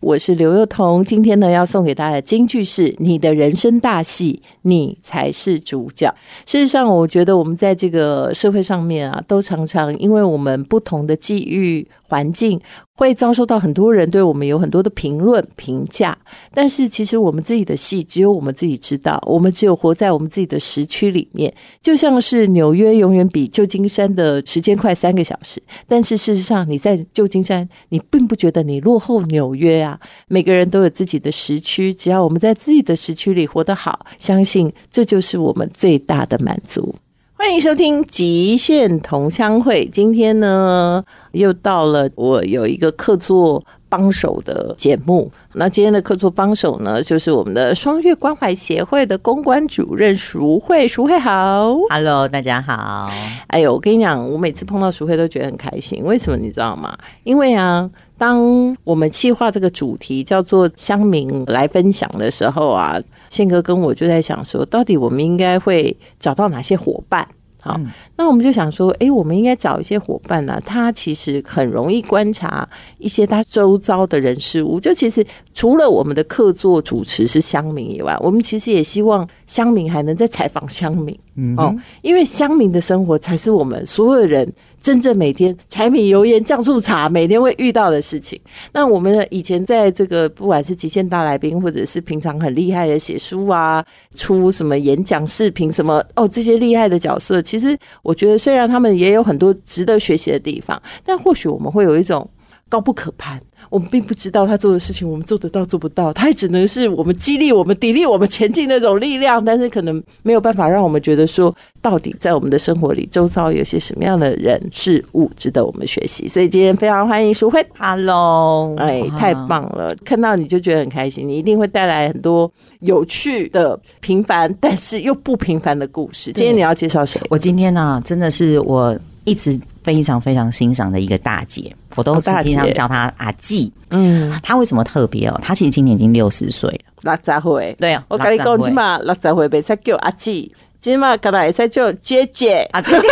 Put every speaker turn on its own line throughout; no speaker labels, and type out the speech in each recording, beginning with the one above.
我是刘幼彤，今天呢要送给大家的金句是：你的人生大戏，你才是主角。事实上，我觉得我们在这个社会上面啊，都常常因为我们不同的际遇环境，会遭受到很多人对我们有很多的评论评价。但是，其实我们自己的戏，只有我们自己知道。我们只有活在我们自己的时区里面，就像是纽约永远比旧金山的时间快三个小时，但是事实上，你在旧金山，你并不觉得你落后纽约啊。每个人都有自己的时区，只要我们在自己的时区里活得好，相信这就是我们最大的满足。欢迎收听《极限同乡会》。今天呢，又到了我有一个客座帮手的节目。那今天的客座帮手呢，就是我们的双月关怀协会的公关主任淑慧。淑慧好，
Hello，大家好。
哎呦，我跟你讲，我每次碰到淑慧都觉得很开心，为什么你知道吗？因为啊，当我们计划这个主题叫做“乡民来分享”的时候啊，宪哥跟我就在想说，到底我们应该会找到哪些伙伴？好，那我们就想说，哎，我们应该找一些伙伴呢、啊，他其实很容易观察一些他周遭的人事物。就其实除了我们的客座主持是乡民以外，我们其实也希望乡民还能再采访乡民。哦，因为乡民的生活才是我们所有人真正每天柴米油盐酱醋茶每天会遇到的事情。那我们以前在这个不管是极限大来宾，或者是平常很厉害的写书啊、出什么演讲视频什么哦，这些厉害的角色，其实我觉得虽然他们也有很多值得学习的地方，但或许我们会有一种高不可攀。我们并不知道他做的事情，我们做得到做不到，他也只能是我们激励我们、砥砺我们前进那种力量，但是可能没有办法让我们觉得说，到底在我们的生活里，周遭有些什么样的人事物值得我们学习。所以今天非常欢迎淑慧，
Hello，
哎，太棒了！看到你就觉得很开心，你一定会带来很多有趣的、平凡但是又不平凡的故事。今天你要介绍谁？
我今天呢、真的是我一直非常非常欣赏的一个大姐，我都
哦
是
大姐
平常叫她阿纪。
嗯，
她为什么特别哦？她其实今年已经六十岁了。
拉杂会，
对啊
我跟你
六
讲，
十
今
岁
嘛拉杂会别再叫阿姊，今嘛可能也再叫姐姐。
啊，这个。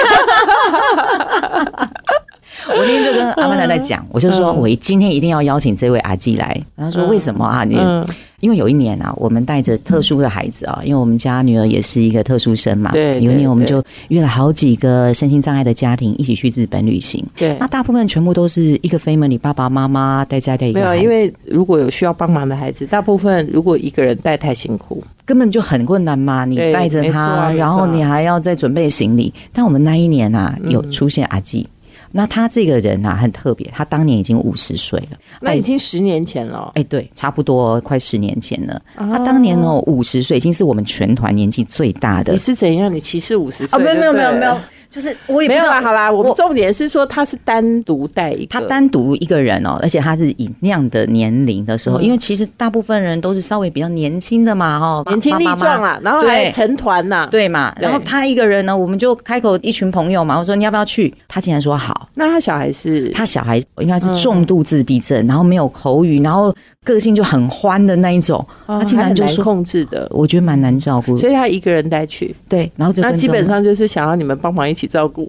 我那天就跟阿曼达在讲，我就说
嗯
我今天一定要邀请这位阿纪来。然后他说为什么啊？你
嗯
因为有一年啊，我们带着特殊的孩子啊，因为我们家女儿也是一个特殊生嘛，
对对
有一年我们就约了好几个身心障碍的家庭一起去日本旅行。
对
那大部分全部都是一个 family，爸爸妈妈带家带一
没
个孩
有，
子，
因为如果有需要帮忙的孩子，大部分如果一个人带太辛苦，
根本就很困难嘛，你
对
带着
没错啊
他，
没错啊
然后你还要再准备行李。但我们那一年啊，有出现阿纪，
嗯
那他这个人啊很特别，他当年已经五十岁了，
那已经十年前了。
哎，对，差不多快十年前了。
啊
他当年哦五十岁，已经是我们全团年纪最大的
你。是怎样？你歧视五十岁
哦，
就
没
对了？
有没有没有没有，就是我也不
没有
知道
啦，好啦，我们重点是说他是单独带一个，
他单独一个人哦，而且他是以那样的年龄的时
嗯
候，因为其实大部分人都是稍微比较年轻的嘛，哈，
年轻力
爸爸妈
壮啊
妈
啦，然后还
对
成团呐。，
对嘛？
对
然后他一个人呢，我们就开口一群朋友嘛，我说你要不要去？他竟然说好。
那他小孩是
他小孩应该是重度自闭症，然后没有口语，然后个性就很欢的那一种。
哦
他竟然就
还很难
说，
控制的，
我觉得蛮难照顾。
所以他一个人带去，
对，然后就
那
跟
基
着
本
我们，
上就是想要你们帮忙一起照 顾。，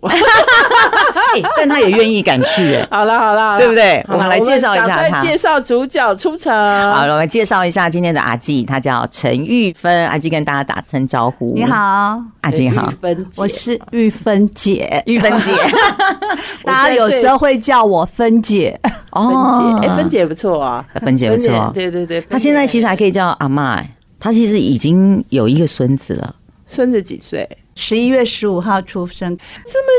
哎但他也愿意敢去，哎
好了好 了，好啦
对不对
好啦
我们来介绍一下
赶快
他
介绍主角出场。哎
好了，我们介绍一下今天的阿纪，他叫陈玉芬，阿纪跟大家打声招呼。
你，好，
阿 纪好
玉，芬姐，
我是玉芬姐，
玉芬姐。
大家有时候会叫我芬姐。
哦
芬姐，哎，芬姐也不错啊，
芬姐不错
对对对，
她现在其实还可以啊叫阿妈，哎她其实已经有一个孙子了。
孙子几岁？
十一月十五号出生，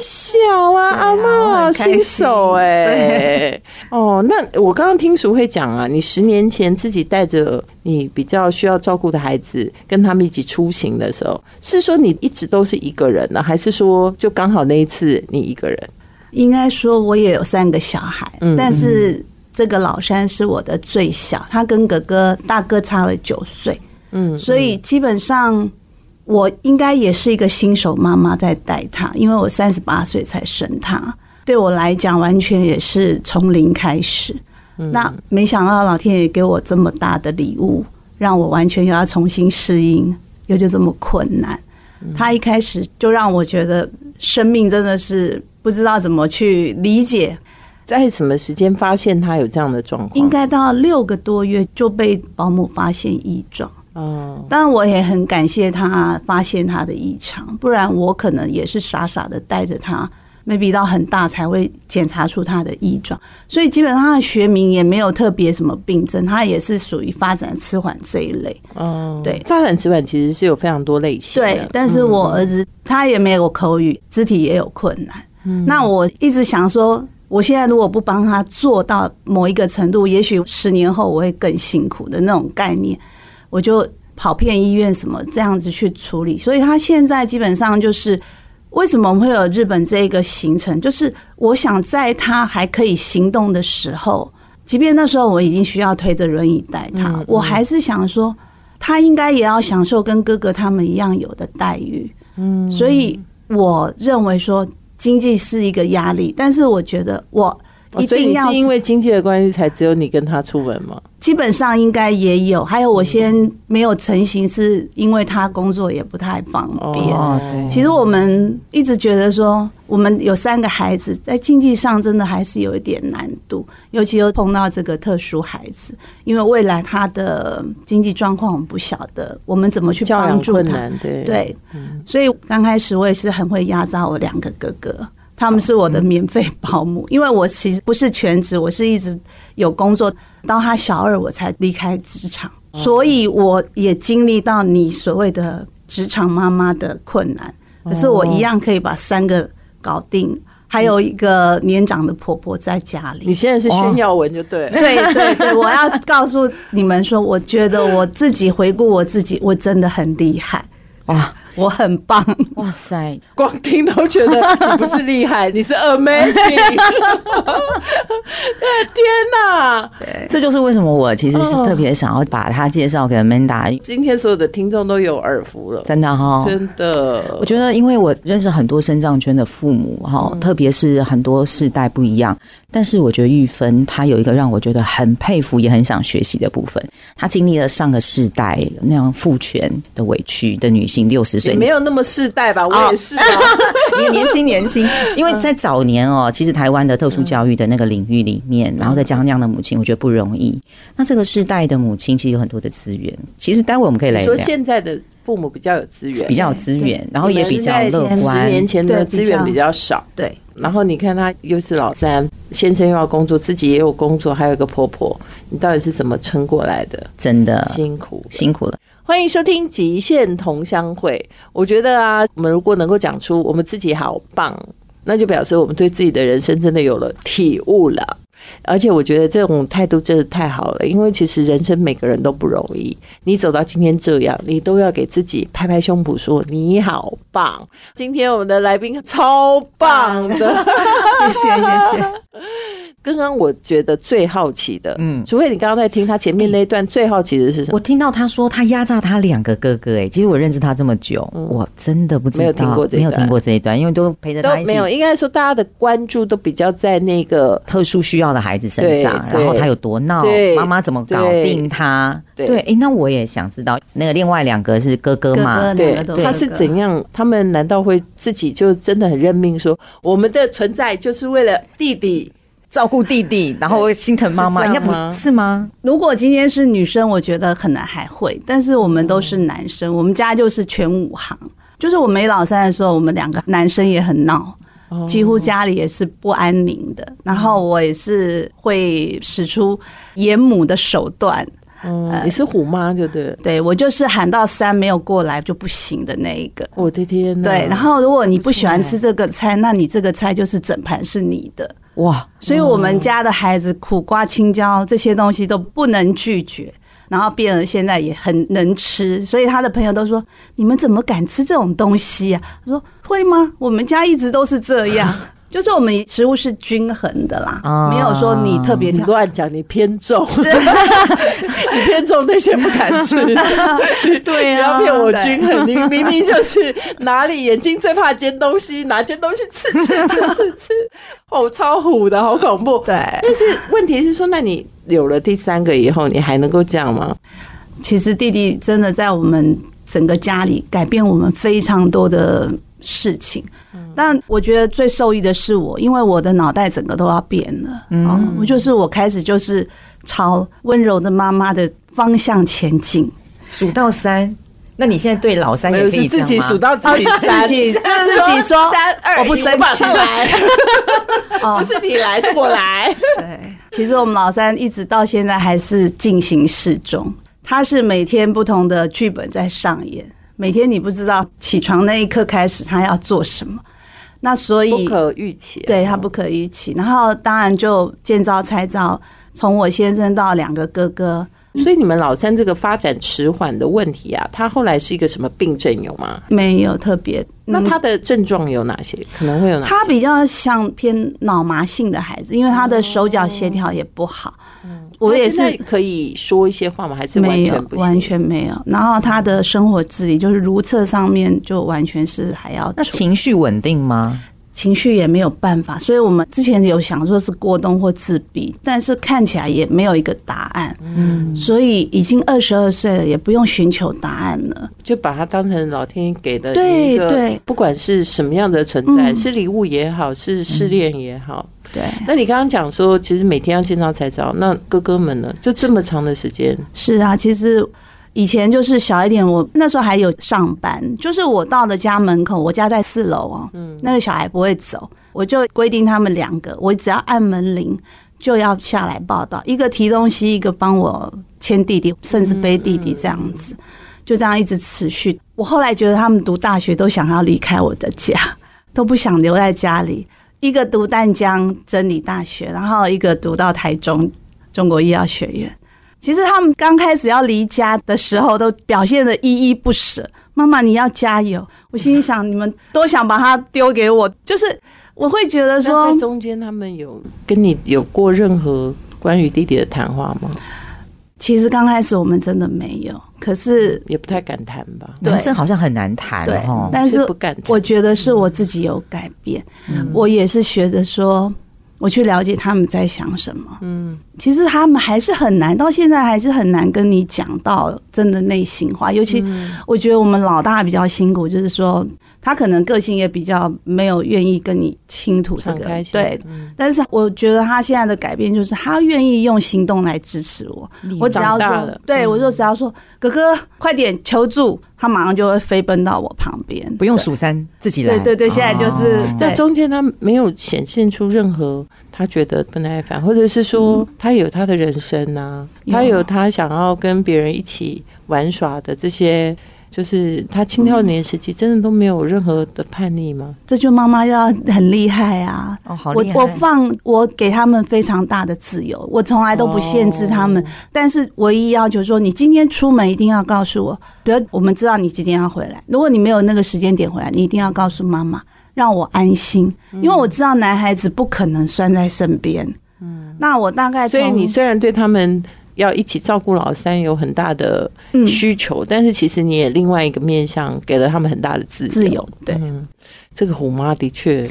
小啊，阿
我
妈
很开心
新手哎、哦，那我刚刚听淑慧讲啊，你十年前自己带着你比较需要照顾的孩子，跟他们一起出行的时候，是说你一直都是一个人呢，还是说就刚好那一次你一个人？
应该说我也有三个小孩，但是这个老三是我的最小，他跟哥哥大哥差了九岁，嗯，所以基本上我应该也是一个新手妈妈在带他，因为我三十八岁才生他，对我来讲完全也嗯是从零开始。那没想到老天爷给我这么大的礼物，让我完全又要重新适应，又就这么困难。他一开始就让我觉得生命真的是不知道怎么去理解，
在什么时间发现他有这样的状况？
应该到六个多月就被保姆发现异状。
哦，
当然，我也很感谢他发现他的异常，不然我可能也是傻傻的带着他，maybe 到很大才会检查出他的异状。所以基本上他的学名也没有特别什么病症，他也是属于发展迟缓这一类。
哦，
对
发展迟缓其实是有非常多类型的。
对，但是我儿子、他也没有口语，肢体也有困难。那我一直想说，我现在如果不帮他做到某一个程度，也许十年后我会更辛苦的那种概念，我就跑遍医院什么这样子去处理。所以他现在基本上就是。为什么我们会有日本这一个行程？就是我想在他还可以行动的时候，即便那时候我已经需要推着轮椅带他，
嗯
我还是想说，他应该也要享受跟哥哥他们一样有的待遇。嗯，所以我认为说经济是一个压力，但是我觉得我
哦
一
所以
定
你
要
是因为经济的关系才只有你跟他出门吗？
基本上应该也有，还有我
嗯
先没有成型，是因为他工作也不太方便。
哦，对，
嗯
其实我们一直觉得说，我们有三个孩子，在经济上真的还是有一点难度，尤其又碰到这个特殊孩子，因为未来他的经济状况我们不晓得，我们怎么去
教
帮
养
助
困
他？
难，对，
对，所以刚开始我也是很会压榨我两个哥哥，他们是我的免费保姆，因为我其实不是全职，我是一直有工作，到他小二我才离开职场，所以我也经历到你所谓的职场妈妈的困难，可是我一样可以把三个搞定，还有一个年长的婆婆在家里
你。现在是炫耀文就 对了。
对对对，我要告诉你们说，我觉得我自己回顾我自己，我真的很厉害，
哇
我很棒。
哇塞，
光听都觉得你不是厉害，你是 amazing！天哪！
这就是为什么我其实是特别想要把他介绍给 Manda，
今天所有的听众都有耳福
哦
了，
真的哈、
真的
我。觉得，因为我认识很多身障圈的父母哈，特别是很多世代不一样，但是我觉得玉芬她有一个让我觉得很佩服，也很想学习的部分。她经历了上个世代那样父权的委屈的女性，六十岁
你没有那么世代
哦
吧？我也是 啊。
你年轻年轻，因为在早年哦，其实台湾的特殊教育的那个领域里面，然后再加上那样的母亲，我觉得不容易。那这个世代的母亲其实有很多的资源，其实待会我们可以来
你说
聊，
现在的父母比较有资源，
比较有资源，然后也比较乐
十
观。
年前的
对
资源比较少。
对，
然后你看他又是老三，先生又要工作，自己也有工作，还有一个婆婆，你到底是怎么撑过来的？
真的
辛苦。
辛苦了，
欢迎收听《极限同乡会》。我觉得啊，我们如果能够讲出我们自己好棒，那就表示我们对自己的人生真的有了体悟了。而且我觉得这种态度真的太好了，因为其实人生每个人都不容易。你走到今天这样，你都要给自己拍拍胸脯说你好棒。今天我们的来宾超棒的，
谢谢谢谢。
刚刚我觉得最好奇的，嗯
嗯，
除非你刚刚在听他前面那一段，最好奇的是什么？
我听到他说他压榨他两个哥哥、哎，其实我认识他这么久，我真的不知
嗯
道
没有听过这一
没
段
有听过这一段，因为都陪着
都
他一起
没有，应该说大家的关注都比较在那个
特殊需要的孩子身上，
对
然后他有多闹
对，
妈妈怎么搞定他？
对
对，哎，那我也想知道，那个另外两个是哥哥
哥
嘛
哥？
对
两个，都
他是怎样？他们难道会自己就真的很认命说，我们的存在就是为了弟弟？
照顾弟弟，然后心疼妈妈，
是
应
这
该
样
不
吗
是吗？
如果今天是女生，我觉得可能还会，但是我们都是男生，我们家就是全武行，就是我没老三的时候，我们两个男生也很闹。几乎家里也是不安宁的，然后我也是会使出严母的手段，
嗯，你是虎妈就对了。
对我就是喊到三没有过来就不行的那一个。
哦我的天呐！
对，然后如果你不喜欢吃这个菜，那你这个菜就是整盘是你的。
哇，
所以我们家的孩子苦瓜、青椒这些东西都不能拒绝，然后变得现在也很能吃，所以他的朋友都说：“你们怎么敢吃这种东西呀、啊？”他说：“会吗？我们家一直都是这样，就是我们食物是均衡的啦，
啊
没有说你特别
你
挑。”
乱讲，你偏 重，你偏重那些不敢吃。对
啊
不要骗我均衡，你明明就是哪里眼睛最怕煎东西，拿煎东西吃吃吃吃吃，哦，超虎的好恐怖。
对，
但是问题是说，那你有了第三个以后，你还能够这样吗？
其实弟弟真的在我们整个家里改变我们非常多的事情。
嗯
但我觉得最受益的是我，因为我的脑袋整个都要变了。嗯，我就是我开始就是朝温柔的妈妈的方向前进。
数到三，那你现在对老三
没
也
有
可以
是
这
自
样
己
吗
数到自己三，
哦自己
就是
自己说
三二，
我不生气
马上 来，
哦
不是你来，是我来。
其实我们老三一直到现在还是进行适中，他是每天不同的剧本在上演，每天你不知道起床那一刻开始他要做什么，那所以
不可预期，
对他不可预期，然后当然就见招拆招，从我先生到两个哥哥，
所以你们老三这个发展迟缓的问题啊，他后来是一个什么病症有吗？
没有特别。
那
嗯
他的症状有哪些？可能会有哪？
他比较像偏脑麻性的孩子，因为他的手脚协调也不好。我
嗯
也
那现
是
在可以说一些话吗？还是完
没
全
有，
不行？
完全没有。然后他的生活自理就是如厕上面就完全是还要
那
注意
情绪稳定吗？
情绪也没有办法，所以我们之前有想说是过动或自闭，但是看起来也没有一个答案。嗯，所以已经二十二岁了，也不用寻求答案了。
就把它当成老天给的
对
一个
对
不管是什么样的存在，
嗯
是礼物也好，是试炼也好。
对，
那你刚刚讲说，其实每天要见招拆招，那哥哥们呢？就这么长的时间，
是啊，其实以前就是小一点，我那时候还有上班，就是我到了家门口，我家在四楼哦，那个小孩不会走，我就规定他们两个，我只要按门铃就要下来报道，一个提东西，一个帮我牵弟弟，甚至背弟弟这样子，就这样一直持续。我后来觉得他们读大学都想要离开我的家，都不想留在家里。一个读淡江真理大学，然后一个读到台中中国医药学院。其实他们刚开始要离家的时候，都表现的依依不舍。妈妈，你要加油！我心里想，你们都想把它丢给我，就是我会觉得
那
说
在，中间他们有跟你有过任何关于弟弟的谈话吗？
其实刚开始我们真的没有，可是
也不太敢谈吧。
嗯
对
男生好像很难谈
对
哦，。
但
是
是
不敢谈
我觉得是我自己有改变，我也是学着说，我去了解他们在想什么。嗯，其实他们还是很难，到现在还是很难跟你讲到真的内心话。尤其我觉得我们老大比较辛苦，就是说他可能个性也比较没有愿意跟你倾吐这
敞
个
开心嗯
对。但是我觉得他现在的改变就是，他愿意用行动来支持我。我只
长
要
大
说
了，嗯
对我就只要说哥哥快点求助，他马上就会飞奔到我旁边，
不用数三，自己来。哦
对。对对对，现在就是
在
对
中间他没有显现出任何他觉得不耐烦，或者是说他有他的人生呐、
有
他嗯有啊他想要跟别人一起玩耍的这些，就是他青少年时期真的都没有任何的叛逆吗？
这就妈妈要很厉害啊。
哦，好
我
厉害！
我放我给他们非常大的自由，我从来都不限制他们，但是唯一要求说，你今天出门一定要告诉我，比如我们知道你几点要回来，如果你没有那个时间点回来，你一定要告诉妈妈，让我安心，因为我知道男孩子不可能拴在身边。嗯，那我大概
所以
从
你虽然对他们要一起照顾老三有很大的
嗯
需求，但是其实你也另外一个面向给了他们很大的自由。
自由，对，
这个虎妈的确，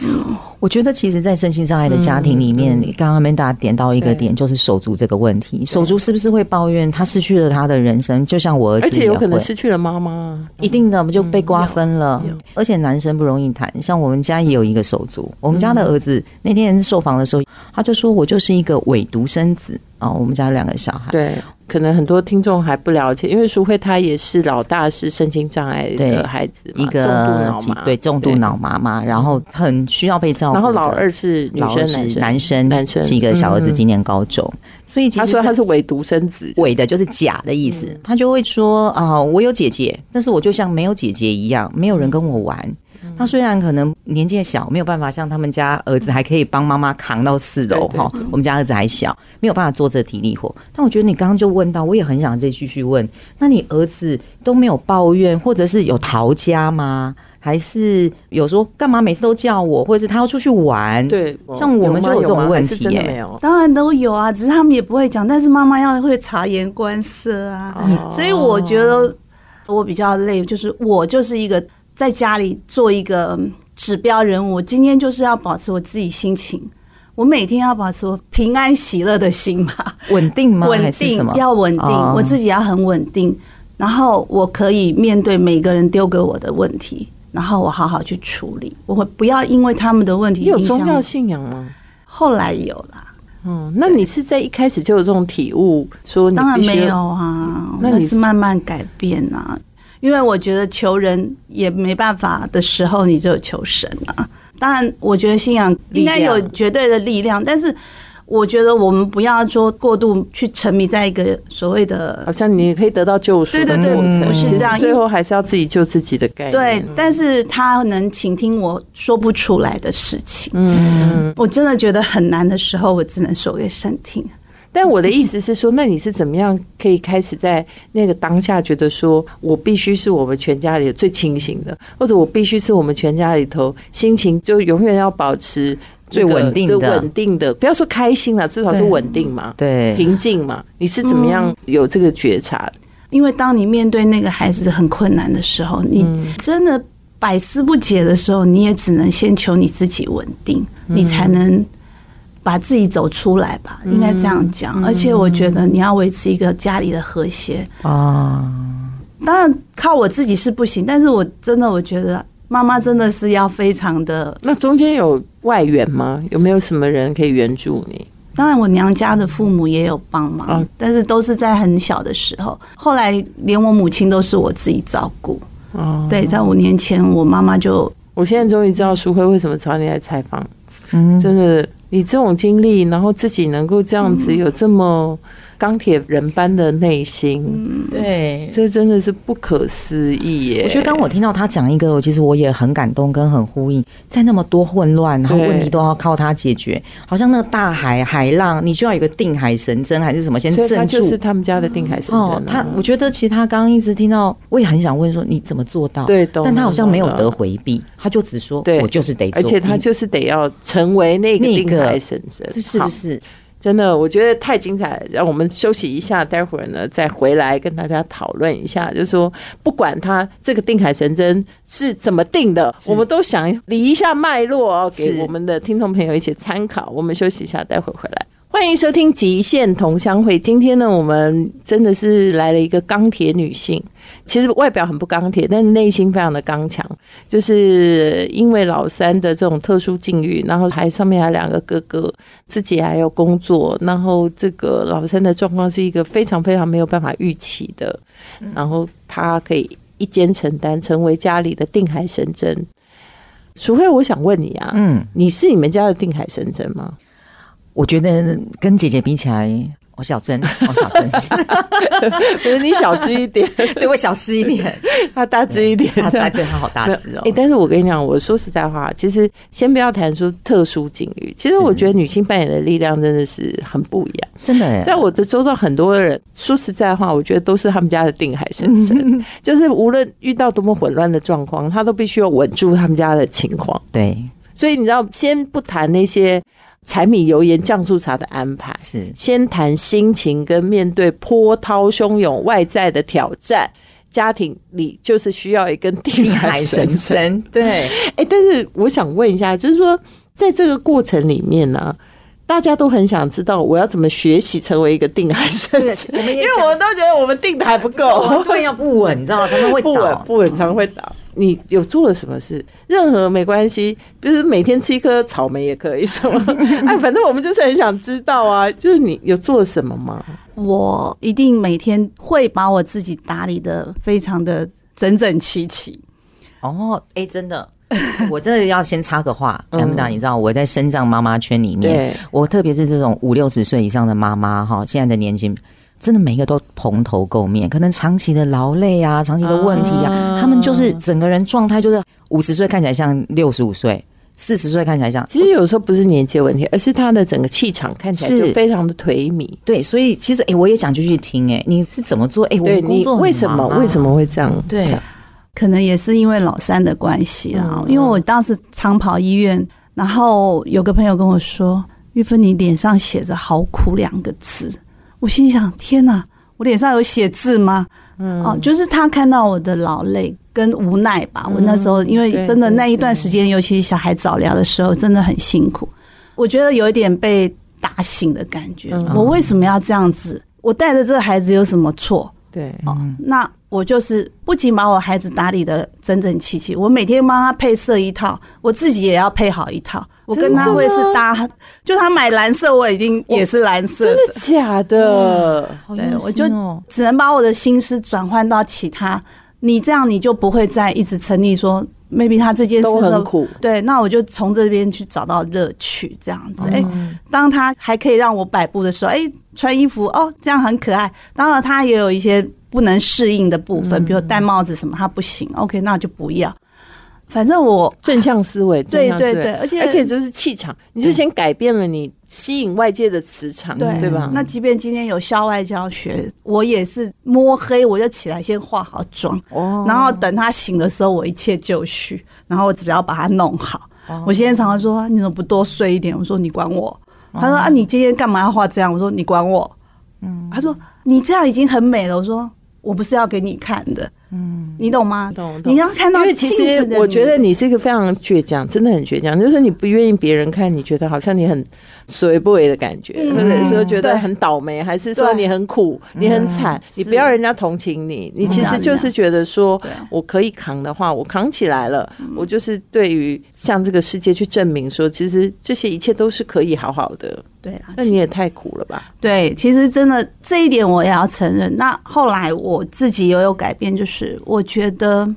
我觉得其实，在身心障碍的家庭里面，刚刚 Amanda 点到一个
嗯对
点，就是手足这个问题。手足是不是会抱怨他失去了他的人生？就像我儿子
而
也会，
且有可能失嗯去了妈妈。
一定的，我们就被瓜分了。而且男生不容易谈，像我们家也有一个手足，我们家的儿子、那天受访的时候，他就说我就是一个伪独生子啊、我们家有两个小孩。
对，可能很多听众还不了解，因为淑慧她也是老大，是身心障碍
对
的孩子嘛，
一个
重度脑
几
麻，
对重度。脑麻嘛，然后很需要被照顾的。
然后老二是女
老
生
二，
男
是
生，
男生，
男生
是一个小儿子，
嗯
今年高中，所以其
他
实
说
这
他是伪独生子，
伪的就是假的意
嗯
思，他就会说啊、我有姐姐，但是我就像没有姐姐一样，没有人跟我玩。
嗯
他虽然可能年纪小，没有办法像他们家儿子还可以帮妈妈扛到四
对
楼
对
哈，我们家儿子还小，没有办法做这体力活。但我觉得你刚刚就问到，我也很想再继续问，那你儿子都没有抱怨，或者是有逃家吗？还是有说干嘛每次都叫我，或者是他要出去玩？，
对，
像我们就有这种
吗吗
问
还是
题
真的
耶
没有。
当然都有啊，只是他们也不会讲，但是妈妈要会察言观色啊。
嗯
哦
所以我觉得我比较累，就是我就是一个在家里做一个嗯指标人物，我今天就是要保持我自己心情。我每天要保持我平安喜乐的心吧，
稳定吗？
稳
还是什
定
么？
要稳定，
哦
我自己要很稳定，然后我可以面对每个人丢给我的问题，然后我好好去处理，我会不要因为他们的问题
你有
影响
宗教
我
信仰吗？
后来有啦，
嗯，那你是在一开始就有这种体悟，说你
当然
必须
没有啊，
那
那
你
是慢慢改变啊。因为我觉得求人也没办法的时候，你就有求神啊。当然，我觉得信仰应该有
力量
绝对的力量，但是我觉得我们不要说过度去沉迷在一个所谓的
好像你也可以得到救赎的
对
过
对对
程，
我是
其实
这样
最
因为
后还是要自己救自己的概念。
对，嗯但是他能倾听我说不出来的事情。嗯，我真的觉得很难的时候，我只能说给神听。
但我的意思是说，那你是怎么样可以开始在那个当下觉得说我必须是我们全家里最清醒的，或者我必须是我们全家里头心情就永远要保持这个
最稳定的
最稳定的，不要说开心了，至少是
对
稳定嘛，
对，
平静嘛。你是怎么样有这个觉察？
因为当你面对那个孩子很困难的时候，你真的百思不解的时候，你也只能先求你自己稳定，你才能把自己走出来吧，应该这样讲。而且我觉得你要维持一个家里的和谐，
哦，
当然靠我自己是不行，但是我真的我觉得妈妈真的是要非常的，
那中间有外援吗？有没有什么人可以援助你？
当然我娘家的父母也有帮忙
啊，
但是都是在很小的时候，后来连我母亲都是我自己照顾。
哦，
对，在五年前我妈妈就
我现在终于知道淑慧为什么找你来采访。
嗯，
真的，你这种经历，然后自己能够这样子有这么钢铁人般的内心，
对。
这真的是不可思议耶！
我觉得刚我听到他讲一个，其实我也很感动跟很呼应，在那么多混乱，然后
对
问题都要靠他解决，好像那个大 海海浪，你就要有个定海神针还是什么先
所以他
镇
就是
住。
他们家的定海神针、啊
哦，他我觉得其实他刚刚一直听到，我也很想问说你怎么做到？
对懂
但他好像
懂
没有
懂
得回避，他就只说
对
我就是得做，
而且他
你
就是得要成为那个
那
定
个
海神针，
这是
好
不是？
真的，我觉得太精彩了。让我们休息一下，待会儿呢再回来跟大家讨论一下。就是说，不管他这个定海神针是怎么定的，
是
我们都想理一下脉络哦，
是
给我们的听众朋友一些参考。我们休息一下，待会儿回来。欢迎收听《极限同乡会》。今天呢，我们真的是来了一个钢铁女性。其实外表很不钢铁，但是内心非常的刚强。就是因为老三的这种特殊境遇，然后还上面还有两个哥哥，自己还有工作，然后这个老三的状况是一个非常非常没有办法预期的，然后他可以一肩承担，成为家里的定海神针。淑慧，我想问你啊，
嗯，
你是你们家的定海神针吗？
我觉得跟姐姐比起来，我小珍，我小 珍，
可能你小只一 点，
对我小吃 一点，
他大只一点，
他他对他好大
没有
只哦
诶，但是我跟你讲，我说实在话，其实先不要谈说特殊境遇，其实我觉得女性扮演的力量真的是很不一样。
真的耶，
在我的周遭，很多人说实在话，我觉得都是他们家的定海神针， 就是无论遇到多么混乱的状况，他都必须要稳住他们家的情况。
对
所以你知道，先不谈那些柴米油盐酱醋茶的安排，
是
先谈心情跟面对波涛汹涌外在的挑战。家庭里就是需要一根定海神针，
针，对，
哎、但是我想问一下，就是说，在这个过程里面呢、大家都很想知道我要怎么学习成为一个定海神针，
对我们
因
也哦
为我们都觉得我们定的还不够，
对要不稳，你知道吗？常常会
不稳
倒。
不稳常会倒。 你有做了什么事？任何没关系，就是每天吃一颗草莓也可以，什 么？哎，反正我们就是很想知道啊，就是你有做了什么吗？
我一定每天会把我自己打理的非常的整整齐齐。
哦，哎、真的。我真的要先插个话，
嗯
安达，你知道我在生长妈妈圈里面
对，
我特别是这种五六十岁以上的妈妈哈，现在的年轻，真的每一个都蓬头垢面，可能长期的劳累啊，长期的问题啊，
啊
他们就是整个人状态就是五十岁看起来像六十五岁，四十岁看起来像
其实有时候不是年纪的问题，而是他的整个气场看起来
是
就非常的颓靡。
对，所以其实哎、诶我也想继续听哎、诶你是怎么做？哎、我
对
们工
你
作很
为什么
忙啊
为什么会这样想？
对
可能也是因为老三的关系啦，因为我当时长跑医院，然后有个朋友跟我说：“玉芬，你脸上写着‘好苦’两个字。”我心想：“天哪，我脸上有写字吗？”嗯，哦，就是他看到我的劳累跟无奈吧。我那时候因为
对
真的
对
那一段时间，尤其是小孩早疗的时候，真的很辛苦。我觉得有一点被打醒的感觉。我为什么要这样子？我带着这个孩子有什么错？
对，
哦那我就是不仅把我孩子打理的整整齐齐，我每天帮他配色一套，我自己也要配好一套。我跟他会是搭，就他买蓝色，我已经也是蓝色
真
的
的。假的？
好
对
用
我就
心哦
只能把我的心思转换到其他。你这样，你就不会再一直沉溺说，maybe 他这件事
都
的
很苦，
对，那我就从这边去找到乐趣，这样子。哎、当他还可以让我摆布的时候，哎、穿衣服哦，这样很可爱。当然，他也有一些不能适应的部分，比如戴帽子什么，他不行。OK，那就不要。反正我
正向思维， 正
对
向思维
对对而且嗯
而且就是气场，你就先改变了你吸引外界的磁场，
对
嗯对吧？
那即便今天有校外教学，我也是摸黑，我就起来先化好妆，
哦
然后等他醒的时候，我一切就绪，然后我只要把它弄好。
哦
我现在常常说，啊你怎么不多睡一点？我说你管我。
哦
他说啊，你今天干嘛要化这样？我说你管我。
嗯
他说你这样已经很美了。我说我不是要给你看的，你懂吗？
嗯懂懂
你要看到
因
镜
为
子
其
的你，
实我觉得你是一个非常倔强，真的很倔强，就是你不愿意别人看，你觉得好像你很随不为的感觉，
嗯
或者说觉得
对
很倒霉，还是说
对
你很苦，你很惨，
嗯
你不要人家同情你，你其实就是觉得说
对嗯
我可以扛的话，我扛起来了，我就是对于向这个世界去证明说，其实这些一切都是可以好好的。
对啊，
那你也太苦了吧？
对，其实真的这一点我也要承认。那后来我自己也有改变，就是我觉得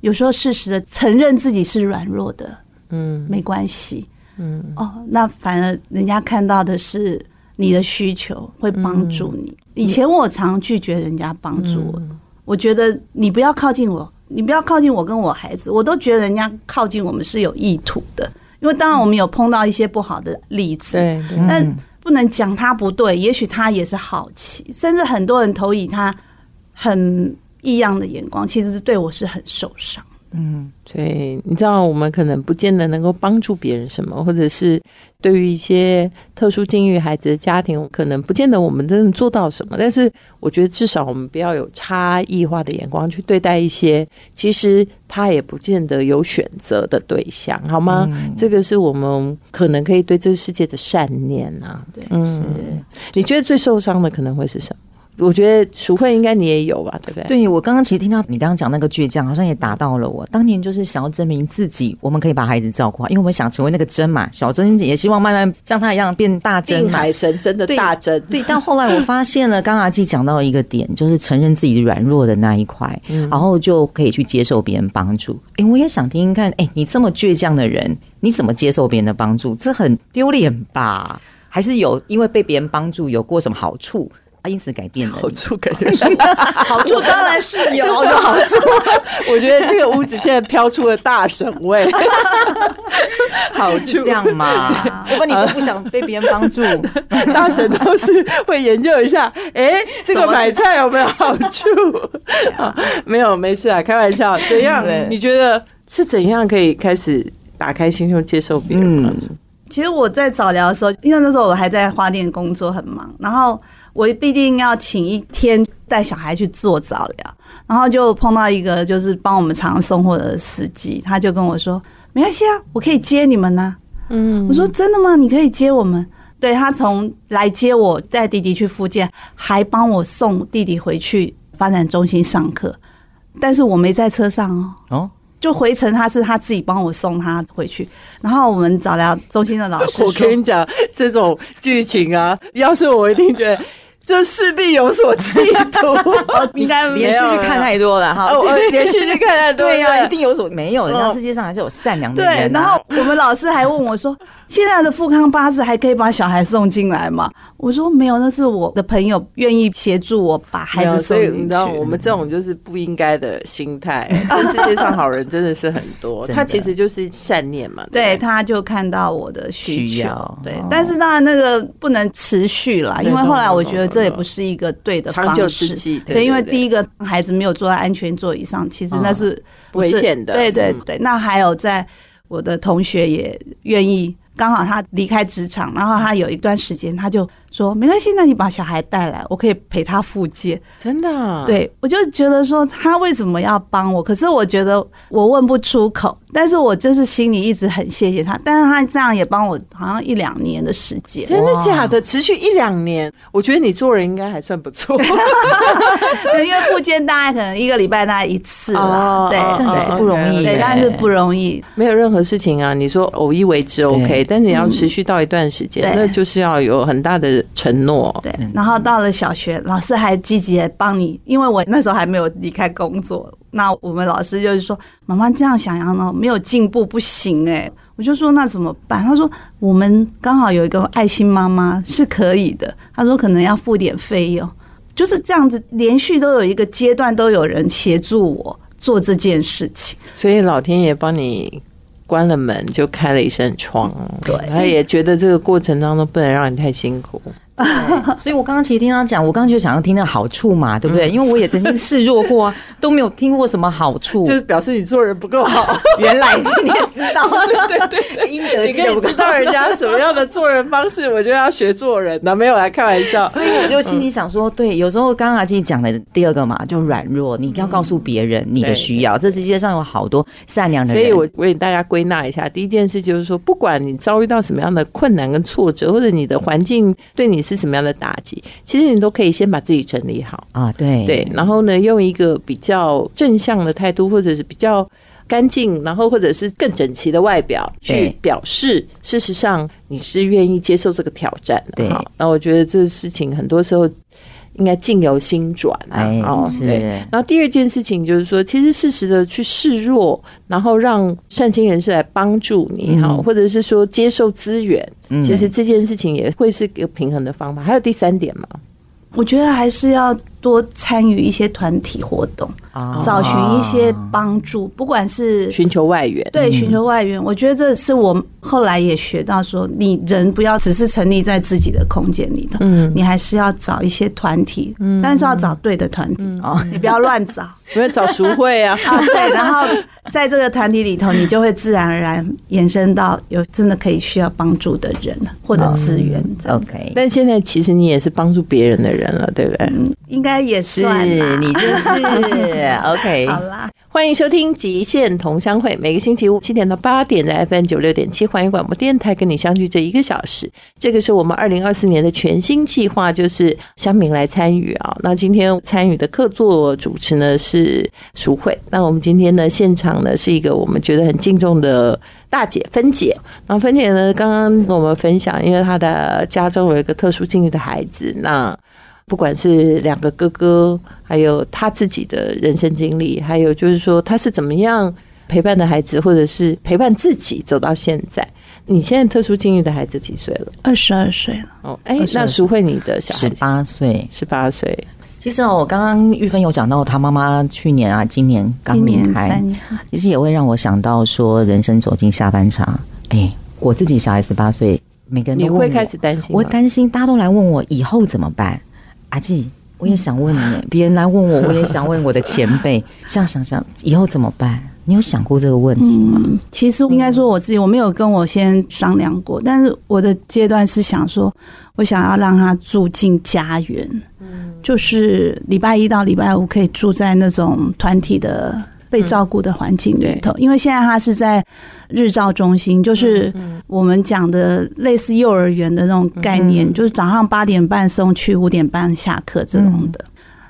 有时候适时的承认自己是软弱的，嗯，没关系，嗯，哦，那反而人家看到的是你的需求，会帮助你。以前我常拒绝人家帮助我，我觉得你不要靠近我，你不要靠近我跟我孩子，我都觉得人家靠近我们是有意图的。因为当然我们有碰到一些不好的例子，
对对
但不能讲他不对，也许他也是好奇，甚至很多人投以他很异样的眼光，其实是对我是很受伤。
所以你知道，我们可能不见得能够帮助别人什么，或者是对于一些特殊境遇孩子的家庭，可能不见得我们真的做到什么。但是我觉得，至少我们不要有差异化的眼光去对待一些其实他也不见得有选择的对象，好吗？这个是我们可能可以对这个世界的善念啊。
对，
你觉得最受伤的可能会是什么？我觉得淑慧应该你也有吧，对不对？
对我刚刚其实听到你刚刚讲那个倔强，好像也打到了我。当年就是想要证明自己，我们可以把孩子照顾好，因为我们想成为那个珍嘛，小珍也希望慢慢像她一样变大珍
定
嘛。
海神针的
对
大针，
对，但后来我发现了，刚刚阿纪讲到一个点，就是承认自己软弱的那一块，然后就可以去接受别人帮助。哎，我也想听听看，哎，你这么倔强的人，你怎么接受别人的帮助？这很丢脸吧？还是有因为被别人帮助有过什么好处啊？因此改变 了你？
处感觉是 好处当然是有
有有好处。
我觉得这个屋子现在飘出了大神 味，好
是这样嘛？ 我问你都不想被别人帮助，
大神都是会研究一下，哎、这个买菜有没有好 处？啊没有，没事啊，开玩笑。怎样？你觉得是怎样可以开始打开心胸接受别人帮助？
其实我在早疗的时候，因为那时候我还在花店工作，很忙，然后我必定要请一天带小孩去做早疗，然后就碰到一个就是帮我们常常送货的司机，他就跟我说：“没关系啊，我可以接你们呐、嗯，我说：“真的吗？你可以接我们？”对他从来接我带弟弟去复健，还帮我送弟弟回去发展中心上课，但是我没在车上哦。
哦，
就回程他是他自己帮我送他回去，然后我们早疗中心的老师
我
说
跟你讲，这种剧情啊，要是我一定觉得这势必有所企 图。
应该没
连续
有
啊
去看太多了哈
哦，。 我连续去看了，
对呀、
呀、
一定有所没有，人家
哦
世界上还是有善良的
对，
人、啊。
然后我们老师还问我说：“现在的富康巴士还可以把小孩送进来吗？”我说：“没有，那是我的朋友愿意协助我把孩
没有
子送
所以你
进
知
去。
道，我们这种就是不应该的心 态。这世界上好人 真的是很多，
真的
他其实就是善念嘛。
对，
不，
他就看到我的需
需
求，
要
对
哦，
但是当然那个不能持续啦，
对
因为后来我觉
懂
得
了
这也不是一个对的
长
方
久之
式，
计，
对，因为第
一
一个孩子没有坐在安全座椅上，其实那是不
啊危
正
险的，
对对
嗯
对，那还有在我的同学也愿意，刚好他离开职场，然后他有一段时间他就说没关系，那你把小孩带来，我可以陪他复健。
真的啊，
对我就觉得说他为什么要帮我？可是我觉得我问不出口，但是我就是心里一直很谢谢他。但是他这样也帮我好像一两年的时间，
真的假的？持续一两年，我觉得你做人应该还算不 错。
对因为复健大概可能一个礼拜大概一次啦
哦，
对
哦，
这样也是
对
不容易
对，
的，
但是不容易。
没有任何事情啊，你说偶一为之 OK，
对
但是你要持续到一段时间，
对
那就是要有很大的承诺。
对，然后到了小学，老师还积极的帮你，因为我那时候还没有离开工作，那我们老师就是说，妈妈这样想要呢，没有进步不行哎、我就说那怎么办？他说我们刚好有一个爱心妈妈是可以的，他说可能要付点费用，就是这样子，连续都有一个阶段都有人协助我做这件事情。
所以老天爷帮你关了门，就开了一扇窗。
对
他也觉得这个过程当中不能让你太辛苦。
所以我刚刚其实听他讲，我刚刚就想要听到好处嘛，对
嗯
不对？因为我也曾经示弱过 啊，都没有听过什么好处。
是表示你做人不够好，
原来今天知道了，对对对，应 得
你可以知道人家什么样的做人方式，我就要学做人那没有来开玩 笑。
所以我就心里想说，
嗯
对，有时候刚刚阿基讲的第二个嘛，就软弱，你要告诉别人你的需要。这世界上有好多善良的
所
人，
以我为大家归纳一下，第一件事就是说，不管你遭遇到什么样的困难跟挫折，或者你的环境对你是什么样的打击，其实你都可以先把自己整理好，
啊，对
对，然后呢，用一个比较正向的态度，或者是比较。干净，然后或者是更整齐的外表
对
去表示，事实上你是愿意接受这个挑战的。
对
好那我觉得这事情很多时候应该境由心转啊。
哎
哦，
是
对，然后第二件事情就是说，其实适时的去示弱，然后让善心人士来帮助你哈，
嗯
或者是说接受资源，其实这件事情也会是一个平衡的方法。还有第三点嘛，
我觉得还是要多参与一些团体活动，
啊
找寻一些帮助，不管是
寻求外援。
对，寻求外援，我觉得这是我后来也学到说，你人不要只是沉溺在自己的空间里头，嗯，你还是要找一些团体，嗯，但是要找对的团体哦，你不要乱 找啊，
我要找赎会啊，
对，然后在这个团体里头，你就会自然而然延伸到有真的可以需要帮助的人或者资源，这样
OK，
但现在其实你也是帮助别人的人了，对不对？
应该也
是
算啦，
你就是 OK，
好啦，
欢迎收听《极限同乡会》，每个星期五七点到八点在 FM 九六点七环宇广播电台跟你相聚这一个小时。这个是我们二零二四年的全新计划，就是乡民来参与啊。那今天参与的客座主持呢是淑慧，那我们今天呢现场呢是一个我们觉得很敬重的大姐芬姐。然后芬姐呢刚刚跟我们分享，因为她的家中有一个特殊境遇的孩子，那不管是两个哥哥，还有他自己的人生经历，还有就是说他是怎么样陪伴的孩子，或者是陪伴自己走到现在。你现在特殊境遇的孩子几岁了？
二十二岁了，
哦，哎、
22
那淑慧你的小
十
孩
八岁。
十八岁，
其实哦，我刚刚玉芬有讲到，她妈妈去年啊，今年
今
刚离
年
开，
三年，
其实也会让我想到说，人生走进下半场。哎，我自己小孩十八岁，每个人都
你
问我
会开始担心吗？
我担心大家都来问我以后怎么办。阿纪，我也想问
嗯
你，别人来问我，我也想问我的前 辈。这样想想，以后怎么办？你有想过这个问题吗？
嗯，其实应该说我自己，我没有跟我先商量过，但是我的阶段是想说，我想要让他住进家园，就是礼拜一到礼拜五可以住在那种团体的被照顾的环境里头，因为现在他是在日照中心，就是我们讲的类似幼儿园的那种概念，就是早上八点半送去，五点半下课这种的。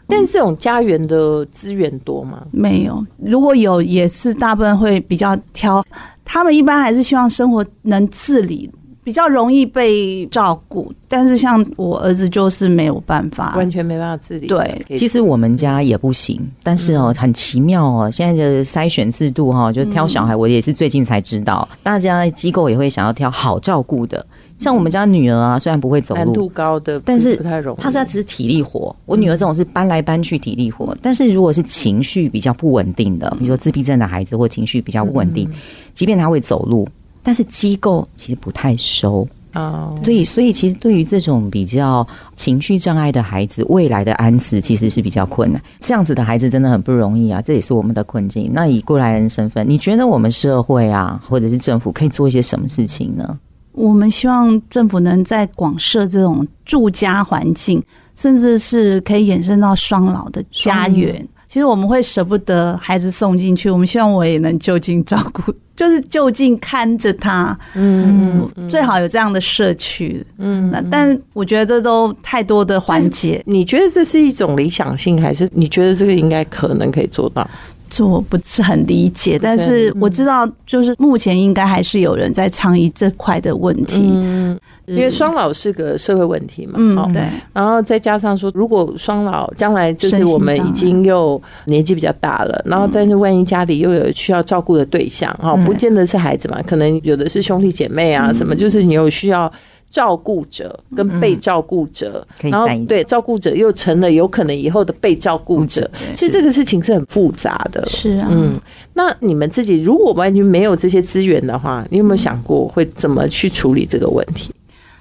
但是这种家园的资源多吗？
没有，如果有也是大部分会比较挑，他们一般还是希望生活能自理，比较容易被照顾。但是像我儿子就是没有办法，
完全没办法自理。
对，
啊其实我们家也不行，但是哦，
嗯
很奇妙哦，现在的筛选制度哈、哦，就挑小孩，我也是最近才知道，
嗯
大家机构也会想要挑好照顾的。像我们家女儿啊，虽然不会走
嗯难
路，
度嗯高的，
但是
不太容易。
他是他只是体力活，我女儿这种是搬来搬去体力活，但是如果是情绪比较不稳定的，
嗯
比如说自闭症的孩子或情绪比较不稳定，即便他会走路，但是机构其实不太收，
哦，
所以所以其实对于这种比较情绪障碍的孩子，未来的安置其实是比较困难。这样子的孩子真的很不容易啊，这也是我们的困境。那以过来人身份，你觉得我们社会啊，或者是政府可以做一些什么事情呢？
我们希望政府能在广设这种住家环境，甚至是可以延伸到双老的家园。其实我们会舍不得孩子送进去，我们希望我也能就近照顾，就是就近看着他。嗯，最好有这样的社区。嗯，那但我觉得这都太多的环节
你觉得这是一种理想性，还是你觉得这个应该可能可以做到？
这我不嗯是很理解，但是我知道，就是目前应该还是有人在倡议这块的问题。嗯，
因为双老是个社会问题嘛，哦
嗯，对，
然后再加上说，如果双老将来就是我们已经又年纪比较大了，然后但是万一家里又有需要照顾的对象哈，不见得是孩子嘛，可能有的是兄弟姐妹啊什么，就是你有需要。照顾者跟被照顾者，
可以
然后
在一起
对照顾者又成了有可能以后的被照顾者，其实这个事情是很复杂的。
是啊，
嗯，那你们自己如果完全没有这些资源的话，你有没有想过会怎么去处理这个问题？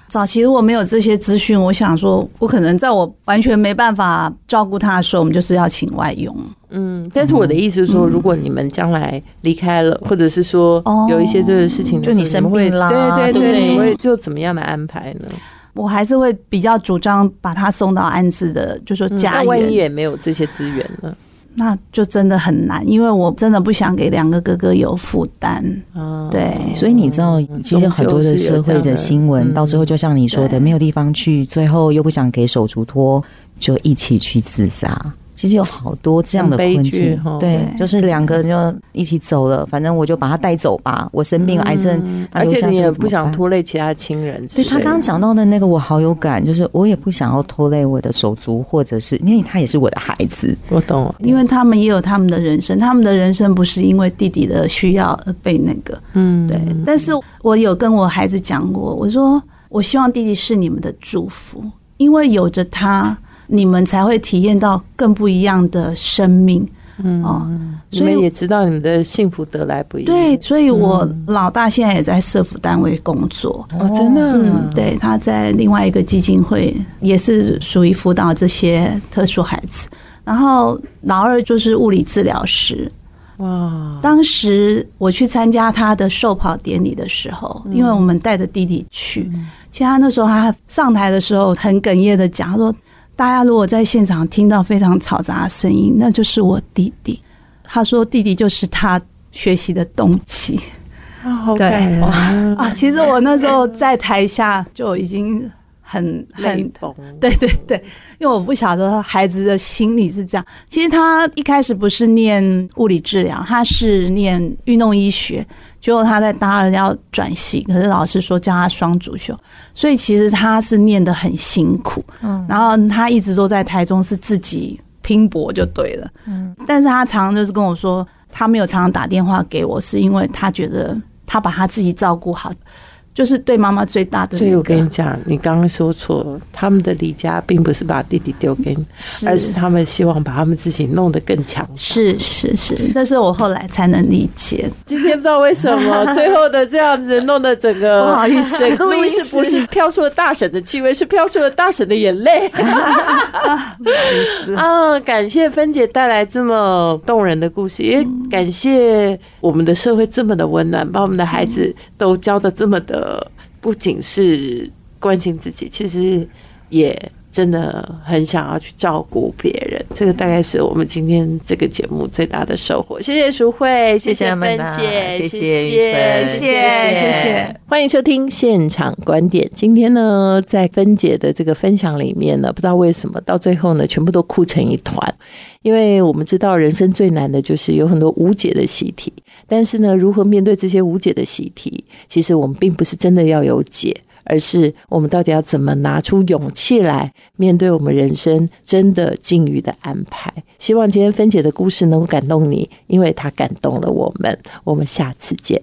早期如果没有这些资讯，我想说，我可能在我完全没办法照顾他的时候，我们就是要请外佣。
嗯，但是我的意思是说，如果你们将来离开了，或者是说
哦
有一些这个事情的时候，
就你生
们会
病啦
对
对不
对，你
对
们会就怎么样来安排呢？
我还是会比较主张把他送到安置的，就说
嗯
家
那万一
园，
也没有这些资源呢？
那就真的很难，因为我真的不想给两个哥哥有负担。
啊，
对，
所以你知道，
嗯
其实很多的
终
社会的新
究是有这样
闻，
的嗯
到最后就像你说
对
的，没有地方去，最后又不想给手足托，就一起去自杀。其实有好多这样的
很悲
困
剧
境
哈，
对
对，
就是两个人就一起走了，反正我就把他带走吧。我生病了，癌症，那
嗯而且
啊留下
你
这
也
个怎
不
么
想
办
拖累其他亲人啊之
对
类的。
他刚刚讲到的那个，我好有感，就是我也不想要拖累我的手足，或者是因为他也是我的孩子，
我懂了，
因为他们也有他们的人生，他们的人生不是因为弟弟的需要而被那个，
嗯，
对。但是我有跟我孩子讲过，我说我希望弟弟是你们的祝福，因为有着他，你们才会体验到更不一样的生命。嗯哦，
你
所
们
以
也知道你们的幸福得来不易。
对，所以我老大现在也在社福单位工作。
哦，真的啊，
嗯，对，他在另外一个基金会也是属于辅导这些特殊孩子，然后老二就是物理治疗师，
哇，
当时我去参加他的授跑典礼的时候，因为我们带着弟弟去，其实他那时候他上台的时候很哽咽的讲他说：“大家如果在现场听到非常嘈杂的声音，那就是我弟弟。”他说：“弟弟就是他学习的动机。
啊，
哦
好
对
感人啊”
啊，其实我那时候在台下就已经很
泪
很
崩。
对对对，因为我不晓得孩子的心理是这样。其实他一开始不是念物理治疗，他是念运动医学，结果他在大二要转系，可是老师说叫他双主修，所以其实他是念得很辛苦。嗯，然后他一直都在台中是自己拼搏就对了。嗯，但是他常常就是跟我说，他没有常常打电话给我，是因为他觉得他把他自己照顾好。就是对妈妈最大的、那
所以我
个
跟你讲，你刚刚说错了，他们的离家并不是把弟弟丢给你，而是他们希望把他们自己弄得更强。
是是是，但是我后来才能理解。
今天不知道为什 么最后的这样子弄得整个
不好意思
整个录
录
音
音
室
室
不是飘出了大婶的气味，是飘出了大婶的眼泪。啊，感谢芬姐带来这么动人的故事，也感谢我们的社会这么的温暖，把我们的孩子都教的这么的，不仅是关心自己，其实也。真的很想要去照顾别人，这个大概是我们今天这个节目最大的收获。谢谢淑慧，谢
谢谢
芬
曼达
姐，
谢谢玉
谢
芬
谢
谢
谢谢。
欢迎收听现场观点。今天呢，在芬姐的这个分享里面呢，不知道为什么到最后呢，全部都哭成一团。因为我们知道人生最难的就是有很多无解的习题，但是呢，如何面对这些无解的习题，其实我们并不是真的要有解。而是我们到底要怎么拿出勇气来面对我们人生真的境遇的安排？希望今天芬姐的故事能够感动你，因为她感动了我们。我们下次见。